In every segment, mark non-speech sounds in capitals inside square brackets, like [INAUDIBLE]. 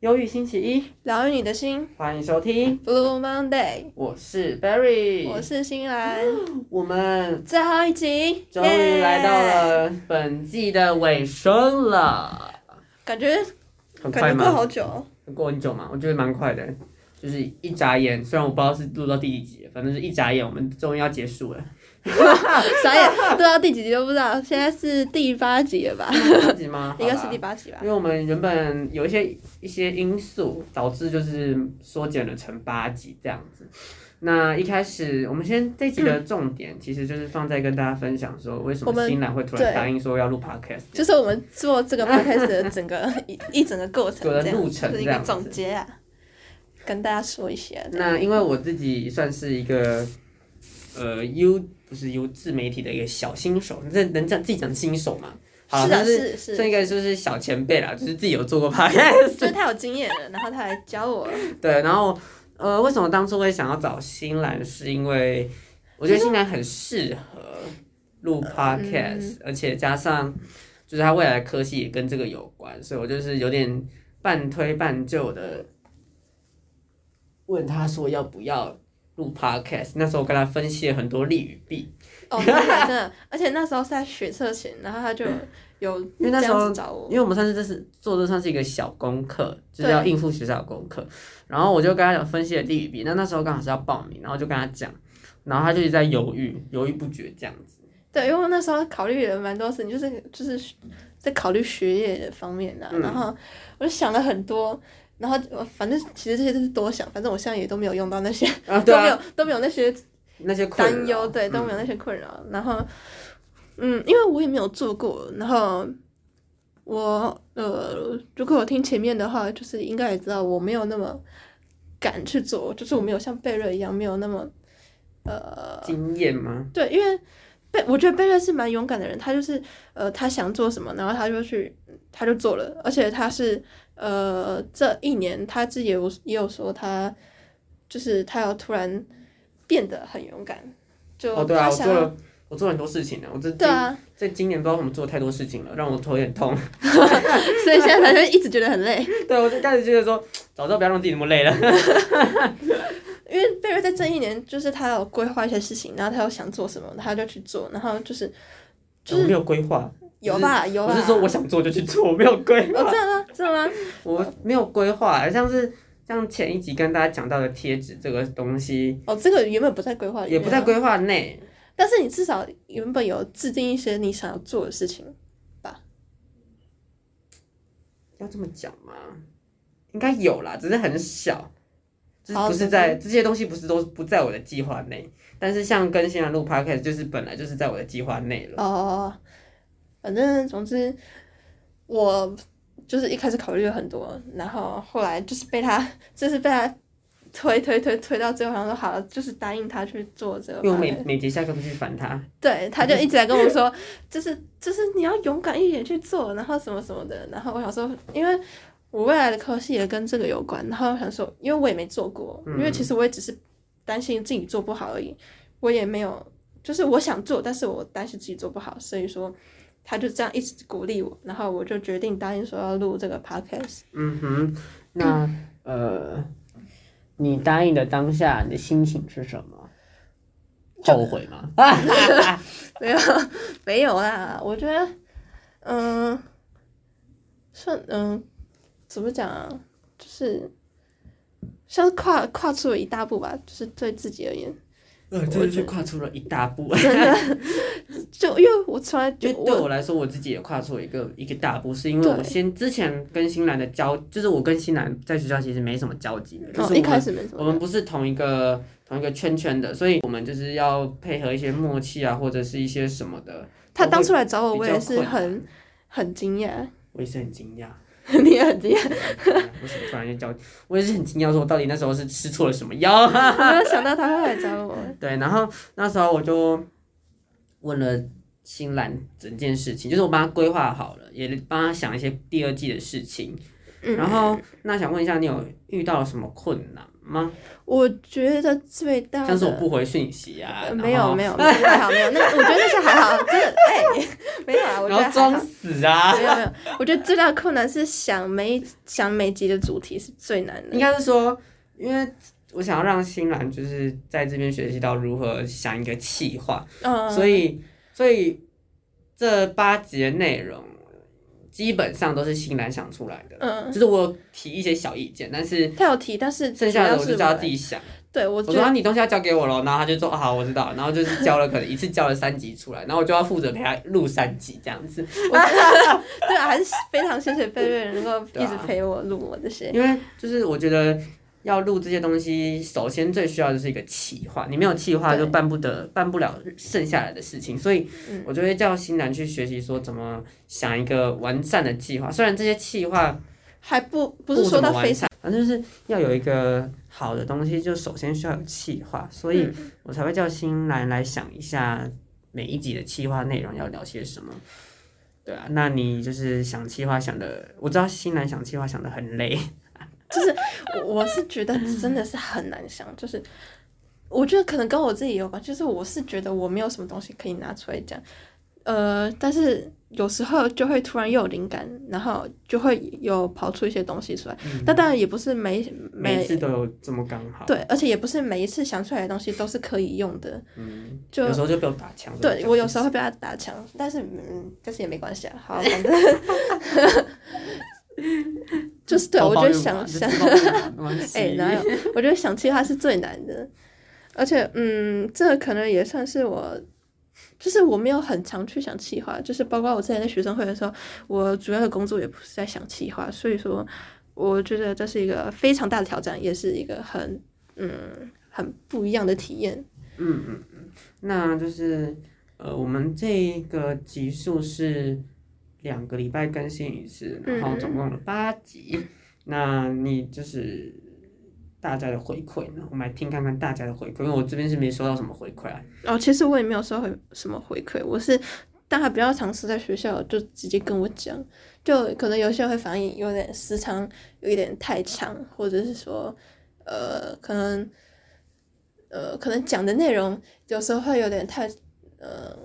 疗愈星期一，疗愈你的心欢迎收听， ，Blue Monday，我是 Barry，我是欣然，我们最后一集，终于来到耶，了本季的尾声了，感觉很快感觉过吗？好久哦，过很久吗？我觉得蛮快的，就是一眨眼，虽然我不知道是录到第几集，反正是一眨眼，我们终于要结 [LAUGHS] 束了。傻眼，不知道第几集都不知道，现在是第八集了吧？第几吗？应该是第好啦。八集吧因？为我们原本有一些一些因素导致就是缩减了成八集这样子。那一开始我们先这一集的重点其实就是放在跟大家分享说为什我么们新兰会突然对答应说要录 podcast，就是我们做这个 podcast 的 [LAUGHS] 整个一一整个过程，有了这路样程是一这个样子总结啊，跟大家说一下。这样那因为我自己算是一个呃 U 不是 U 自媒体的一个小新手，这能讲自己讲新手吗？好啦，是啊，但是是算是，一个就是小前辈啦，就是自己有做过 podcast。就是他有经验了，然后他来教我， [LAUGHS] 对，然后呃，为什么当初会想要找新兰？是因为我觉得新兰很适合录 podcast，、而且加上就是他未来的科系也跟这个有关，所以我就是有点半推半就的问他说要不要录 podcast。那时候我跟他分析了很多利与弊，哦，真的 [LAUGHS] 真的，而且那时候是在学测前，然后他就有因为那这时候样子找我，因为我们算是这是做这算是一个小功课，就是对要应付学校的功课。然后我就跟他讲分析了利与弊，那那时候刚好是要报名，然后就跟他讲，然后他就一直在犹豫，犹豫不决这样子。对，因为我那时候考虑了蛮多事情，就是就是在考虑学业的方面的、嗯然后我就想了很多，然后我反正其实这些都是多想，反正我现在也都没有用到那些， [LAUGHS] 啊，对都没有啊，都没有那些那些困扰担忧，对，都没有嗯那些困扰、然后，嗯，因为我也没有做过，然后我呃，如果我听前面的话，就是应该也知道我没有那么敢去做，就是我没有像贝瑞一样没有那么呃，经验吗？对，因为贝，我觉得贝瑞是蛮勇敢的人，他就是呃，他想做什么，然后他就去，他就做了，而且他是呃，这一年他自己也有也有说他就是他要突然变得很勇敢，就哦，对啊，他我想做要、了，我做了很多事情呢。我这对今啊，在今年不知道我们做了太多事情了，让我头有点痛。 [LAUGHS] 所以现在他就一直觉得很累， [LAUGHS] 对，我就开始觉得说，早知道不要让自己那么累嗯了。因为贝瑞在这一年就是他有规划一些事情，然后他有想做什么，他就去做，然后就是就我没是有规划，有吧有我吧，是说我想做就去做，我没有规划哦。真的吗真的吗？我没有规划，像是像前一集跟大家讲到的贴纸这个东西，哦，这个原本不在规划里也面，啊不在规划内。但是你至少原本有制定一些你想要做的事情，要这么讲吗？应该有啦，只是很小，就是好不是在这些东西不是都不在我的计划内。但是像跟新兰录 podcast，就是本来就是在我的计划内了。哦，反正总之，我就是一开始考虑了很多，然后后来就是被他， [LAUGHS] 就是被他推推推推到最后，然后说好了，就是答应他去做这个因为我吧。每每节下课都去烦他，对，他就一直在跟我说， [LAUGHS] 就是就是你要勇敢一点去做，然后什么什么的。然后我想说，因为我未来的科系也跟这个有关，然后我想说，因为我也没做过，因为其实我也只是担心自己做不好而已，我也没有，就是我想做，但是我担心自己做不好，所以说他就这样一直鼓励我，然后我就决定答应说要录这个 podcast。嗯哼，那呃，你答应的当下，你的心情是什么？后悔吗？ [LAUGHS] 没有，没有啦。我觉得，嗯，算嗯，怎么讲啊？就是像是跨跨出了一大步吧，就是对自己而言， [LAUGHS] 呃，真的是跨出了一大步。就因为我从来就就对我我来说，我自己也跨出了一个一个大步，是因为对我先之前跟新兰的交，就是我跟新兰在学校其实没什么交集的，就是哦我一开们始没什我么们不是同一个同一个圈圈的，所以我们就是要配合一些默契啊，或者是一些什么的。的，他都当会初来找我，比我较也是困很很惊讶，我也是很惊讶，你也很惊讶，为什么突然间交？我也是很惊讶，说我到底那时候是吃错了什么药？我没有想到他会来找我。对，然后那时候我就问了新兰整件事情，就是我帮他规划好了，也帮他想一些第二季的事情。嗯，然后，那想问一下，你有遇到什么困难吗？吗？我觉得最大的像是我不回讯息啊，呃然没有后没有没有还好没有，那我觉得那些还好，真的哎、没有啊，我然觉得后还装好。死啊， [LAUGHS] 没有没有，我觉得最大的困难是想每一想每集的主题是最难的。应该是说，因为我想要让新兰就是在这边学习到如何想一个企划，嗯，所以所以这八集的内容基本上都是新兰想出来的，嗯，就是我有提一些小意见，但是他有提，但是剩下的我主就要是叫他我自己想。对我我觉说、得啊、你东西要交给我了，然后他就说、啊好，我知道了，然后就是交了，可能一次交了三集出来，然后我就要负责陪他录三集这样子， [LAUGHS] 对啊，还是非常谢谢贝贝能够一直陪我录我这些。因为就是我觉得要录这些东西，首先最需要就是一个企划，你没有企划对就办不得、办不了剩下来的事情，所以嗯我就会叫新南去学习说怎么想一个完善的计划。虽然这些计划还不不是说怎么到完非常善，反正就是要有一个好的东西，就首先需要有企划，所以嗯我才会叫新兰来想一下每一集的企划内容要聊些什么。对啊，那你就是想企划想的，我知道新兰想企划想的很累，我我是觉得真的是很难想，就是我觉得可能跟我自己有关，就是我是觉得我没有什么东西可以拿出来讲，呃，但是有时候就会突然又有灵感，然后就会有跑出一些东西出来。那当然也不是每嗯每每次都有这么刚好。对，而且也不是每一次想出来的东西都是可以用的，嗯，就有时候就被我打枪。对我有时候候会被他打墙，但是嗯，但是也没关系啊，[LAUGHS] 好，反正就是对我就想想， [LAUGHS] 哎、哎 [LAUGHS] 哪有？我觉得想气话是最难的，而且嗯，这可能也算是我，就是我没有很常去想气话，就是包括我之前在学生会的时候，我主要的工作也不是在想气话，所以说我觉得这是一个非常大的挑战，也是一个很嗯很不一样的体验。嗯嗯嗯，那就是呃，我们这个集数是两个礼拜更新一次，嗯然后总共有八集。那你就是大家的回馈呢？我们来听看看大家的回馈，因为我这边是没收到什么回馈啊。哦，其实我也没有收回什么回馈，我是大家比较常是在学校就直接跟我讲，就可能有些人会反映有点时长有一点太长，或者是说呃可能呃可能讲的内容有时候会有点太呃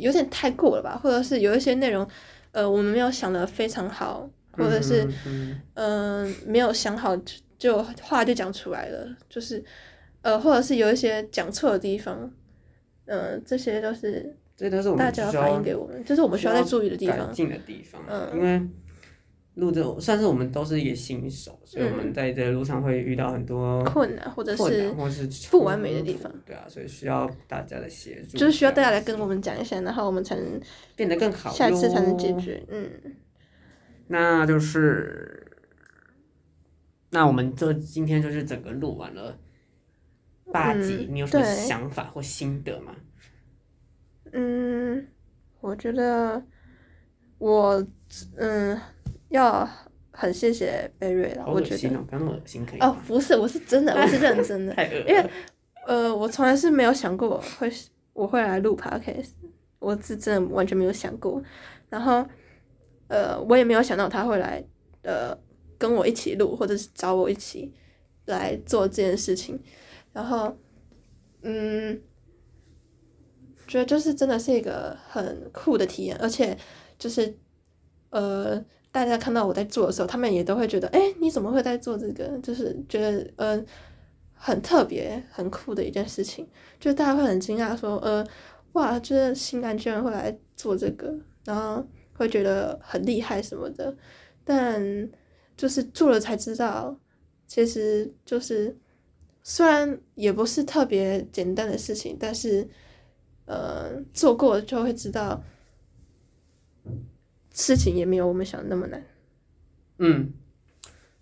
有点太过了吧，或者是有一些内容呃我们没有想的非常好，或者是嗯嗯嗯、没有想好就就话就讲出来了，就是呃，或者是有一些讲错的地方，嗯、这些都是嗯这都是我大们需家要要反映给我们，就是我们需要再注意的地改方。进的地方，嗯因为录这种算是我们都是一个新手，所以我们在这个路上会遇到很多困难，嗯或者困是难或是不完美的地冲方突，对啊，所以需要大家的协助，就是需要大家这来样子跟我们讲一下，然后我们才能变得更好，哦下一次才能解。决。嗯，那就是，那我们就今天就是整个录完了。八集，嗯你有什么对想法或心得吗？嗯，我觉得我嗯要很谢谢贝瑞了，好我恶觉心得哦，不要那么恶心，可以哦吗？，不是，我是真的，我是认真的。太恶了，因为呃，我从来是没有想过我会我会来录 podcast，我是真的完全没有想过。然后，呃，我也没有想到他会来，呃，跟我一起录，或者是找我一起来做这件事情。然后，嗯，觉得就是真的是一个很酷的体验，而且就是，呃。大家看到我在做的时候，他们也都会觉得，哎、你怎么会在做这个？就是觉得，呃，很特别、很酷的一件事情，就是大家会很惊讶说，呃，哇，就是新兰居然会来做这个，然后会觉得很厉害什么的，但就是做了才知道，其实就是虽然也不是特别简单的事情，但是呃，做过了就会知道，事情也没有我们想的那么难，嗯，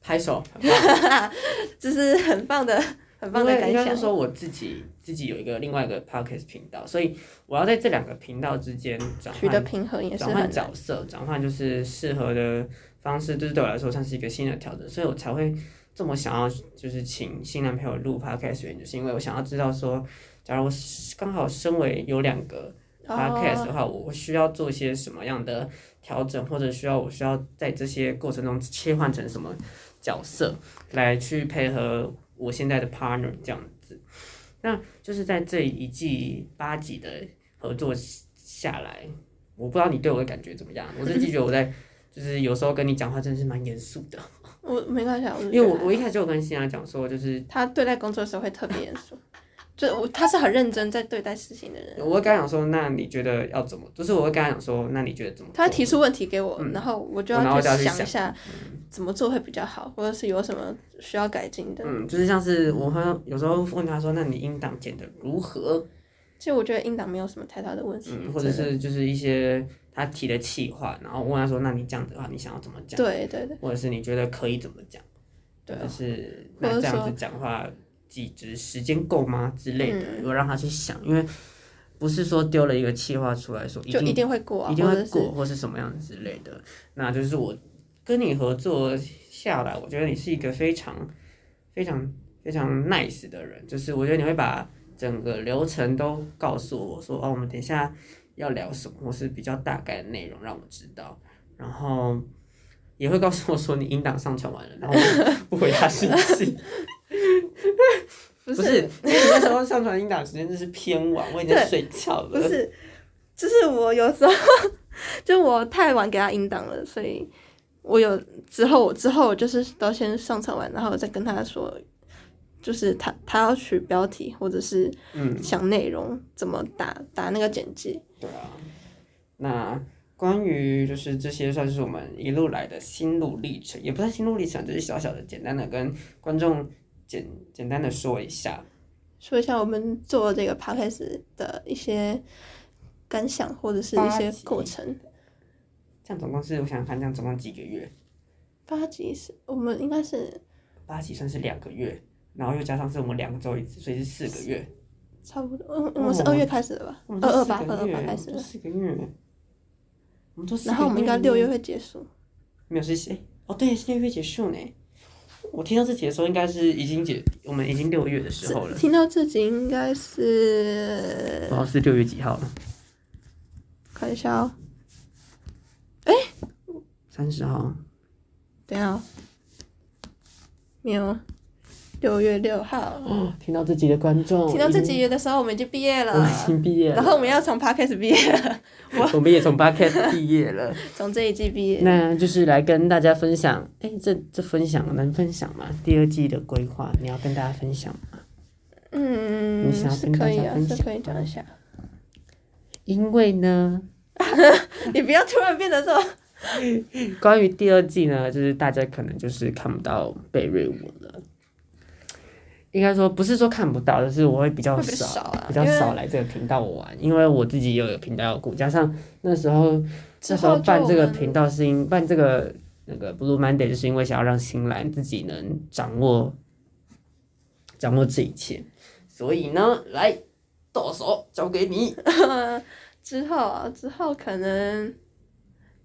拍手，很棒这是很棒的、很棒因的为感应该想是。说我自己自己有一个另外一个 podcast 频道，所以我要在这两个频道之间转取得换平衡也是转很换难，角色，转换就是适合的方式，就是对我来说算是一个新的调整，所以我才会这么想要就是请新男朋友录 podcast，原因就是因为我想要知道说，假如我刚好身为有两个哦 podcast 的话，我我需要做些什么样的调整，或者需要我需要在这些过程中切换成什么角色来去配合我现在的 partner 这样子。那就是在这一季八集的合作下来，我不知道你对我的感觉怎么样，我是觉得我在就是有时候跟你讲话真的是蛮严肃的，我没关系啊，我就因为觉得我还我一开始有跟欣然讲说，就是他对待工作的时候会特别严肃，就我他是很认真在对待事情的人。我会跟他讲说，那你觉得要怎么？就是我会跟他讲说，那你觉得怎么做？他会提出问题给我，然后我就嗯然后要就要去想一想嗯下怎么做会比较好，或者是有什么需要改进的。嗯，就是像是我好像有时候问他说，那你音档剪的如何？其实我觉得音档没有什么太大的问题，嗯，或者真的是就是一些他提的气话，然后问他说，那你这样子的话，你想要怎么讲？对对对或者是你觉得可以怎么讲？对啊就是或那者这样说子讲话，几只时间够吗之类的，嗯我让他去想，因为不是说丢了一个气话出来说一就定一定会过啊，一定或会者是过，或是什么样之类的。那就是我跟你合作下来，我觉得你是一个非常、非常、非常 nice 的人，就是我觉得你会把整个流程都告诉我说，哦，我们等一下要聊什么，或是比较大概的内容让我知道，然后。也会告诉我说你音档上传完了，然后我不回他信息。 [LAUGHS] 不不是是，因为你那时候上传音档时间真是偏晚，我已经在对睡觉不了。是，就是我有时候 [LAUGHS] 就我太晚给他音档了，所以我有之后之后我就是都先上传完，然后我再跟他说，就是他他要取标题或者是嗯，想内容怎么打打那个简介，对啊，那关于就是这些算是我们一路来的心路历程，也不算心路历程，只是小小的简单的跟观众简简单的说一下。说一下我们做这个 podcast 的一些感想或者是一些八集过程。这样总共是我想想看，这样总共几个月？八集是我们应该是八集算是两个月，然后又加上是我们两个周一次，所以是四个月。差不多，嗯，我们是哦二月开始的吧我们，二做二四八二个二月，八开我始们的做，四个月。我们做四个月，然后我们应该六月会结束。没有是哎、哦对，是六月结束呢。我听到这集的时候，应该是已经结，我们已经六月的时候了，听到这集应该是不知道是六月几号了，看一下哦，三十号。等一下、哦，没有，六月六号。哦，听到这集的观众，听到这已集的时候，我们已经毕业经，了哦我，们已经毕业了，然后我们要从 podcast 毕业了，我们也从 [LAUGHS] Bucket 毕业了，从这一季毕业。那就是来跟大家分享，哎，这这分享能分享吗？第二季的规划，你要跟大家分享吗？嗯，你想要是跟可大以家啊，分是享可以讲一下。因为呢，你不要突然变得这么，关于第二季呢，就是大家可能就是看不到贝瑞我了。应该说不是说看不到，就是我 [LAUGHS] 会比较会比较少，少啊比较因为少来这个频道玩，因为我自己也有频道要顾，加上那时候之那时后候就办这我个们频道是因办这个那个 Blue Monday，就是因为想要让新兰自己能掌握掌握这一切，所以呢，来到手交给你。之后啊，之后可能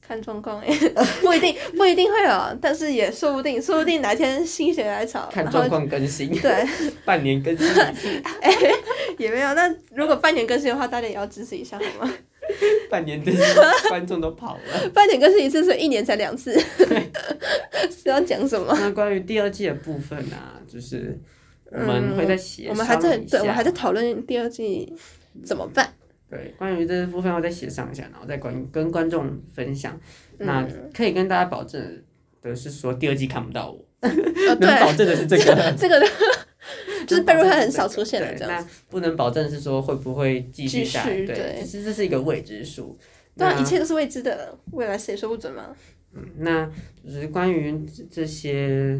看状况 [LAUGHS] 耶，不一定不一定会有，但是也说不定，说不定哪天心血来潮，看然后状况更新， [LAUGHS] 对，半年更新一次，也没有。那如果半年更新的话，大家也要支持一下好吗？ [LAUGHS] 半年更新，观众都跑了。 [LAUGHS] 半年更新一次，所以一年才两次， [LAUGHS] 是要讲什么？那关于第二季的部分啊，就是我们会再写、嗯我们还在对，我们还在讨论第二季怎么办。对，关于这部分要再写上一下，然后再关跟观众分享。那嗯，可以跟大家保证的是说，第二季看不到我，呃，能保对，证的是这个。 [LAUGHS] 这个 [LAUGHS] 就是贝贝瑞瑞会很少出现了，这样。那不能保证是说会不会继续下来，继续对对，其实这是一个未知数。对啊，那一切都是未知的，未来谁说不准嘛？嗯，那就是关于这这些，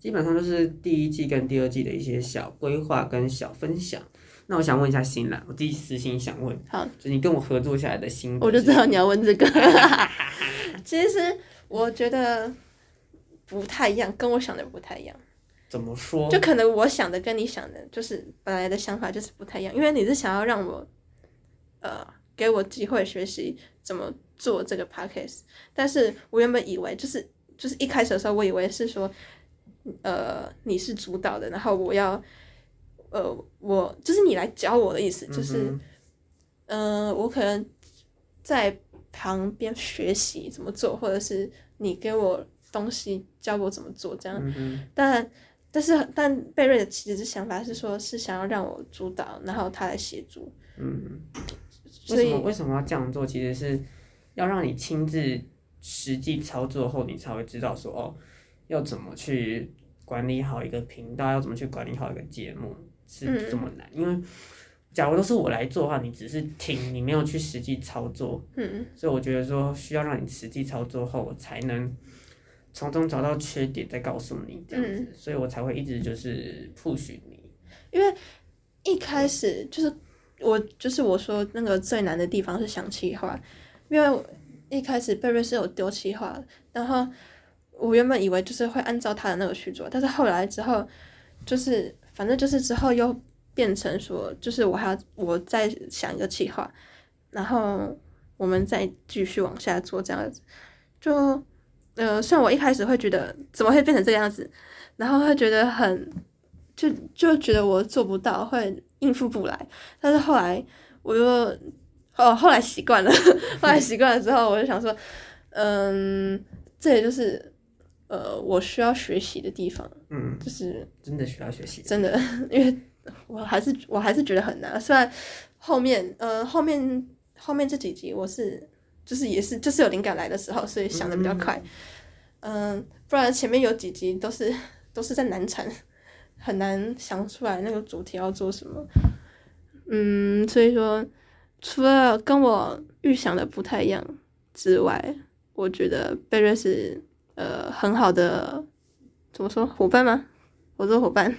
基本上就是第一季跟第二季的一些小规划跟小分享。那我想问一下新兰，我自己私心想问，好，就是你跟我合作下来的心得我就是知道你要问这个。 [LAUGHS] 其实我觉得不太一样，跟我想的不太一样。怎么说？就可能我想的跟你想的，就是本来的想法就是不太一样，因为你是想要让我，呃，给我机会学习怎么做这个 podcast，但是我原本以为就是就是一开始的时候，我以为是说，呃，你是主导的，然后我要，呃，我就是你来教我的意思，就是。嗯嗯、我可能在旁边学习怎么做，或者是你给我东西教我怎么做这样。哼嗯哼但但是但贝瑞的其实想法是说，是想要让我主导，然后他来协助。嗯，所为什以么为什么要这样做？其实是要让你亲自实际操作后，你才会知道说哦，要怎么去管理好一个频道，要怎么去管理好一个节目嗯是这么难。因为假如都是我来做的话，你只是听，你没有去实际操作，嗯，所以我觉得说需要让你实际操作后，我才能从中找到缺点，再告诉你这样嗯子，所以我才会一直就是 push 你。一开始就是我就是我说那个最难的地方是想企划，因为我一开始贝瑞是有丢企划的，然后我原本以为就是会按照他的那个去做，但是后来之后就是反正就是之后又变成说，就是我还要我再想一个企划，然后我们再继续往下做这样子，就呃，虽然我一开始会觉得怎么会变成这个样子，然后会觉得很就就觉得我做不到，会应付不来。但是后来我就哦，后来习惯了， [LAUGHS] 后来习惯了之后，我就想说，嗯，这也就是呃我需要学习的地方，嗯，就是真的需要学习。真的， [LAUGHS] 因为我还是我还是觉得很难。啊虽然后面呃后面后面这几集我是就是也是就是有灵感来的时候，所以想的比较快。嗯、不然前面有几集都是都是在难产，很难想出来那个主题要做什么。嗯，所以说除了跟我预想的不太一样之外，我觉得贝瑞是呃很好的怎么说伙伴吗？合作伙伴，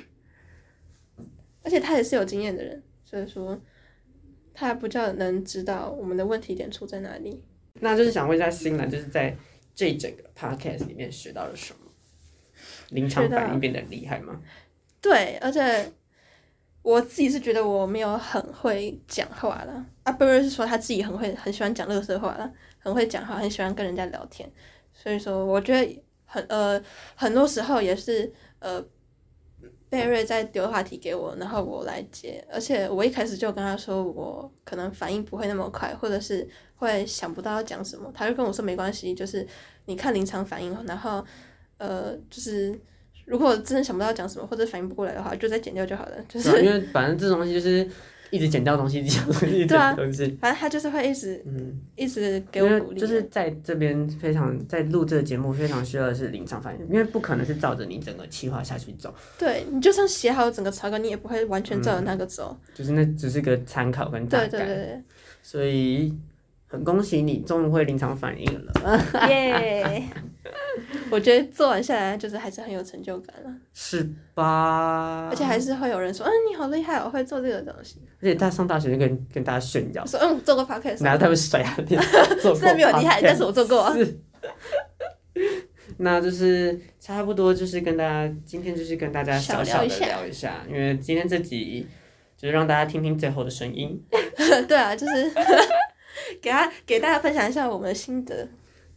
而且他也是有经验的人，所以说他比较能知道我们的问题点出在哪里。那就是想问一下新兰，就是在这整个 podcast 里面学到了什么？临场反应变得很厉害吗？对，而且我自己是觉得我没有很会讲话了。阿贝瑞是说他自己很会，很喜欢讲乐色话了，很会讲话，很喜欢跟人家聊天。所以说，我觉得很呃，很多时候也是呃，贝瑞在丢话题给我，然后我来接。而且我一开始就跟他说，我可能反应不会那么快，或者是会想不到要讲什么，他就跟我说没关系，就是你看临场反应，然后呃，就是如果真的想不到讲什么，或者反应不过来的话，就再剪掉就好了。就是对啊，因为反正这种东西就是一直剪掉东西，一直剪掉东西，一直剪对啊掉 [LAUGHS] 东西。反正他就是会一直嗯，一直给因我鼓为励，就是在这边非常在录这个节目非常需要的是临场反应，因为不可能是照着你整个计划下去走，对你就算写好整个草稿，你也不会完全照着那个走。就是那只是个参考跟大概。对对对所以很恭喜你终于会临场反应了。 [LAUGHS] 对，耶！ [LAUGHS] 我觉得做完下来就是还是很有成就感了，是吧？而且还是会有人说，嗯，你好厉害哦，我会做这个东西。而且他上大学就跟跟大家炫耀我，说，嗯，做过 [LAUGHS] podcast，然后他们甩他脸，做啊过虽然没有厉害， podcast 但是我做过。啊是。那就是差不多，就是跟大家今天就是跟大家小小的小聊一下聊一下，因为今天这集就是让大家听听最后的声音。 [LAUGHS] 对啊，就是 [LAUGHS] 给他给大家分享一下我们的心得，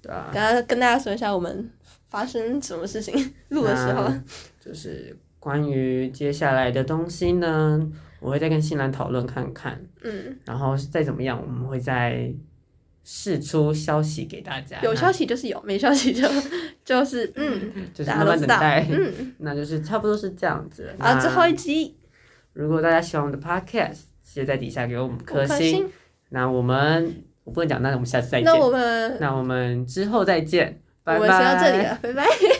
对啊，给他跟大家说一下我们发生什么事情录的时候。那就是关于接下来的东西呢，我会再跟新兰讨论看看，嗯，然后再怎么样，我们会再试出消息给大家。有消息就是有，没消息就 [LAUGHS] 就是嗯，那就是大慢家都慢知等道。待，嗯， [LAUGHS] 那就是差不多是这样子。那好，啊最后一集如果大家喜欢我们的 podcast，记得在底下给我们五颗星星。那我们我不能讲，那我们下次再见。那我们那我们之后再见，拜我拜。们先到这里了，拜拜。